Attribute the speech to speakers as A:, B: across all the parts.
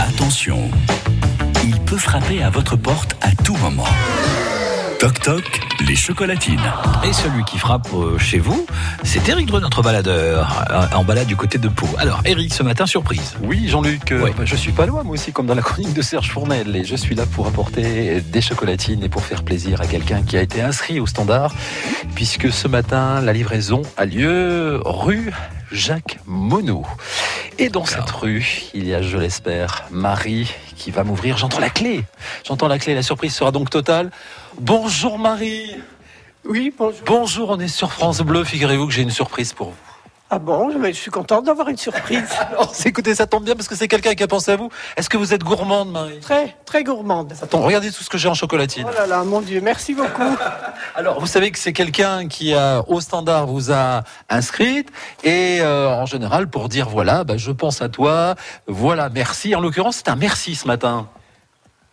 A: Attention, il peut frapper à votre porte à tout moment. Toc toc, les chocolatines.
B: Et celui qui frappe euh, chez vous, c'est Eric Dreux, notre baladeur, euh, en balade du côté de Pau. Alors, Eric, ce matin, surprise.
C: Oui, Jean-Luc, euh,
B: Ouais.
C: bah, je suis pas loin, moi aussi, comme dans la chronique de Serge Fournel. Et je suis là pour apporter des chocolatines et pour faire plaisir à quelqu'un qui a été inscrit au standard, puisque ce matin, la livraison a lieu rue Jacques Monod. Et dans cette rue, il y a, je l'espère, Marie qui va m'ouvrir. J'entends la clé. J'entends la clé. La surprise sera donc totale. Bonjour Marie.
D: Oui, bonjour.
C: Bonjour, on est sur France Bleu. Figurez-vous que j'ai une surprise pour vous.
D: Ah bon, mais je suis contente d'avoir une surprise.
C: Alors, écoutez, ça tombe bien parce que c'est quelqu'un qui a pensé à vous. Est-ce que vous êtes gourmande, Marie
D: Très, très gourmande.
C: Attends, regardez tout ce que j'ai en chocolatine.
D: Oh là là, mon Dieu, merci beaucoup.
C: Alors, vous savez que c'est quelqu'un qui, a, au standard, vous a inscrite. Et euh, en général, pour dire voilà, bah, je pense à toi, voilà, merci. En l'occurrence, c'est un merci ce matin.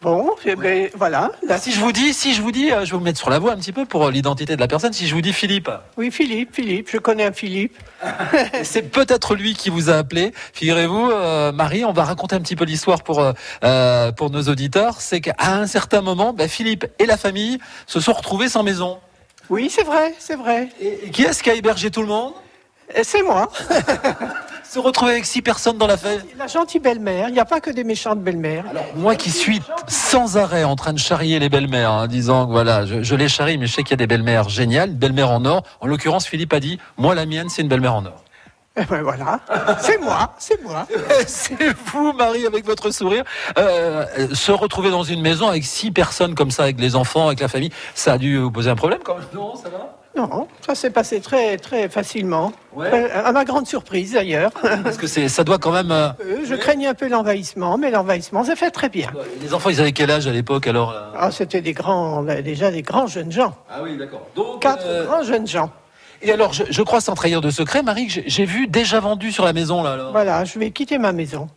D: Bon, eh ben, voilà. là-
C: Si je vous dis, si je vous dis, euh, je vais vous mettre sur la voie un petit peu pour euh, l'identité de la personne. Si je vous dis Philippe,
D: Oui, Philippe, Philippe, je connais un Philippe.
C: c'est peut-être lui qui vous a appelé. Figurez-vous, euh, Marie, on va raconter un petit peu l'histoire pour euh, euh, pour nos auditeurs. C'est qu'à un certain moment, bah, Philippe et la famille se sont retrouvés sans maison.
D: Oui, c'est vrai, c'est vrai.
C: Et qui est-ce qui a hébergé tout le monde
D: Et c'est moi,
C: Se retrouver avec six personnes dans la famille.
D: la gentille belle-mère. Il n'y a pas que des méchantes belles-mères.
C: Alors, moi qui suis sans arrêt en train de charrier les belles-mères, hein, disant que voilà, je, je les charrie, mais je sais qu'il y a des belles-mères géniales, une belle-mère en or. En l'occurrence, Philippe a dit, moi la mienne, c'est une belle-mère en or.
D: Eh ben voilà, c'est moi, c'est moi.
C: c'est vous, Marie, avec votre sourire. Euh, euh, se retrouver dans une maison avec six personnes comme ça, avec les enfants, avec la famille, ça a dû vous poser un problème quand même. Non, ça va
D: Non, ça s'est passé très, très facilement.
C: Ouais.
D: Euh, À ma grande surprise d'ailleurs.
C: Parce que c'est, ça doit quand même. euh,
D: Euh, Je craignais un peu l'envahissement, mais l'envahissement s'est fait très bien.
C: les enfants, ils avaient quel âge à l'époque alors euh là
D: Ah, c'était des grands, déjà des grands jeunes gens.
C: Ah oui, d'accord. Donc,
D: Quatre
C: euh,
D: grands jeunes gens.
C: Et alors, je, je crois sans trahir de secret, Marie, que j'ai- j'ai vu déjà vendu sur la maison là. Alors.
D: Voilà, je vais quitter ma maison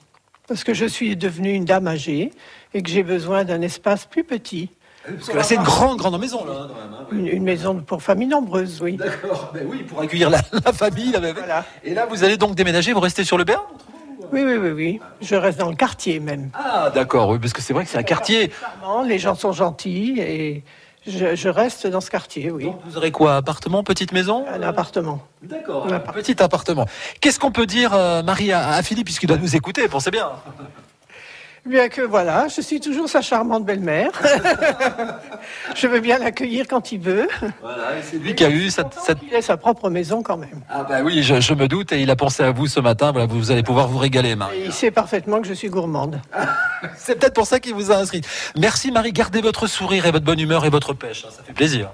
D: parce que je suis devenue une dame âgée et que j'ai besoin d'un espace plus petit.
C: Parce que là, c'est une grande, grande maison là, hein, quand même. hein.
D: Une, une maison pour famille nombreuse, oui.
C: D'accord, ben oui, pour accueillir la, la famille. la-
D: Voilà.
C: Et là, vous allez donc déménager, vous restez sur le Béarn
D: Oui, oui, oui, oui. Je reste dans le quartier même.
C: Ah, d'accord, oui, parce que c'est vrai que c'est un quartier.
D: Apparemment, Les gens sont gentils et je, je reste dans ce quartier, oui.
C: Donc, vous aurez quoi Appartement, petite maison
D: Un appartement.
C: D'accord,
D: Un
C: un
D: appart-
C: petit appartement. Qu'est-ce qu'on peut dire, euh, Marie, à, à Philippe, puisqu'il doit nous écouter, pensez bien.
D: Bien que voilà, je suis toujours sa charmante belle-mère. je veux bien l'accueillir quand il veut.
C: Voilà, c'est lui qui a eu cette... cette-
D: Il a sa propre maison quand même.
C: Ah bah oui, je, je me doute, et il a pensé à vous ce matin, voilà, vous allez pouvoir vous régaler, Marie.
D: Et il sait parfaitement que je suis gourmande.
C: C'est peut-être pour ça qu'il vous a inscrit. Merci Marie, gardez votre sourire et votre bonne humeur et votre pêche, hein, ça fait plaisir.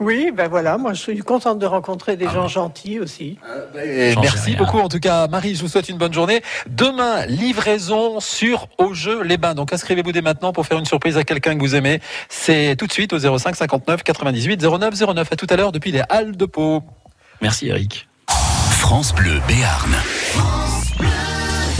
D: Oui, ben voilà, moi je suis contente de rencontrer des gens gentils aussi.
C: Euh, bah, Et
B: Changez
C: merci
B: rien.
C: beaucoup en tout cas Marie, je vous souhaite une bonne journée. Demain, livraison sur Au jeu les bains. Donc inscrivez-vous dès maintenant pour faire une surprise à quelqu'un que vous aimez. C'est tout de suite au 05 59 98 09 09. À tout à l'heure depuis les Halles de Pau.
B: Merci, Eric.
A: France Bleu Béarn.